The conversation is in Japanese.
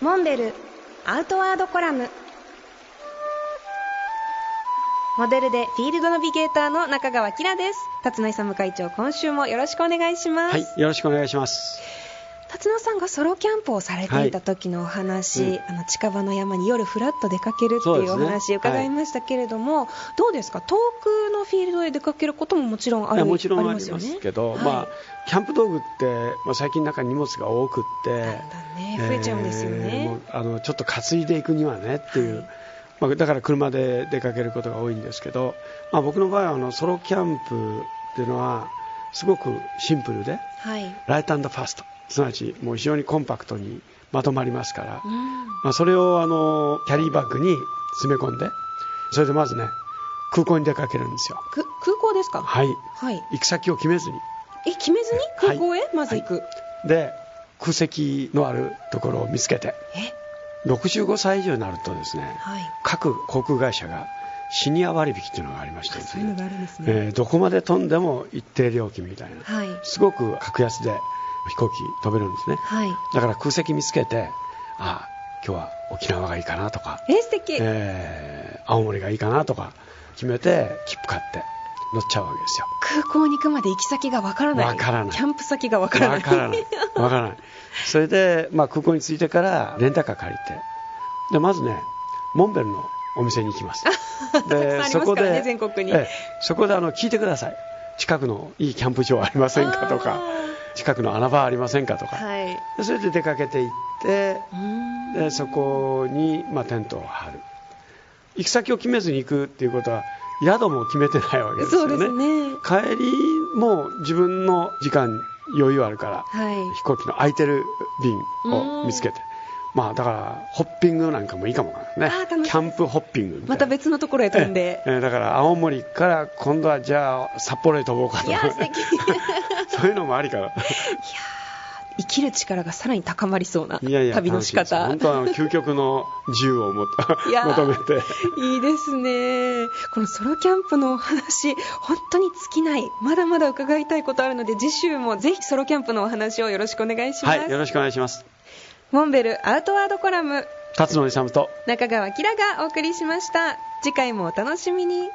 モンベルアウトワードコラムモデルでフィールドナビゲーターの中川きらです辰野勇会長今週もよろしくお願いします、はい、よろしくお願いします。辰野さんがソロキャンプをされていた時のお話、はいうんあの近場の山に夜フラッと出かけるってそういでうおすね話伺いましたけれども、どうですか遠くのフィールドへ出かけることももちろんあいやるもちろんあありりまますよすねけど、はいまあ、キャンプ道具って、まあ、最近なんか荷物が多くって、だんだんね増えちゃうんですよねえーもうあのちょっと担いでいくにはねっていう、まあ、だから車で出かけることが多いんですけど、まあ、僕の場合はあのソロキャンプっていうのはすごくシンプルではい、ライトファーストすなわちもう非常にコンパクトにまとまりますから、うんまあ、それをあのキャリーバッグに詰め込んでそれでまずね空港に出かけるんですよ。く空港ですかはいはい行き先を決めずにえ決めずに空港へ、はいまず行く、で空席のあるところを見つけてえ65歳以上になるとですねはい各航空会社がシニア割引っていうのがありましてですそういうのがあねるんですね、えーどこまで飛んでも一定料金みたいなはいすごく格安で飛行機飛べるんですねはいだから空席見つけてああ今日は沖縄がいいかなとか、え素敵、えー青森がいいかなとか決めて切符買って乗っちゃうわけですよ空港に行くまで行き先がわからないわからないキャンプ先がわからないわか らない。わからない。それで、まあ、空港に着いてから、レンタカー借りて。で、まずね、モンベルのお店に行 きます。たくさんありますからね全国にええそこで、あの、聞いてください。近くのいいキャンプ場ありませんかとか、近くの穴場ありませんかとあか。ーはいでそれで出かけて行って、うーんでそこに、まあ、テントを張る。行き先を決めずに行くっていうことは、宿も決めてないわけですそようですね帰りも自分の時間余裕あるからはい飛行機の空いてる便を見つけて、まあだからホッピングなんかもいいかもわかんないあー楽しみねですキャンプホッピングみたいなまた別のところへ飛んで、 ええだから青森から今度はじゃあ札幌へ飛ぼうかといやかー素敵 そういうのもあ りから生きる力がさらに高まりそうないやいや旅の仕方楽しいです本当はあの究極の自由をもいやー 求めていいですねこのソロキャンプのお話本当に尽きないまだまだ伺いたいことあるので次週もぜひソロキャンプのお話をよろしくお願いします、はいよろしくお願いしますモンベルアウトワードコラム辰野勇と中川きらがお送りしました次回もお楽しみに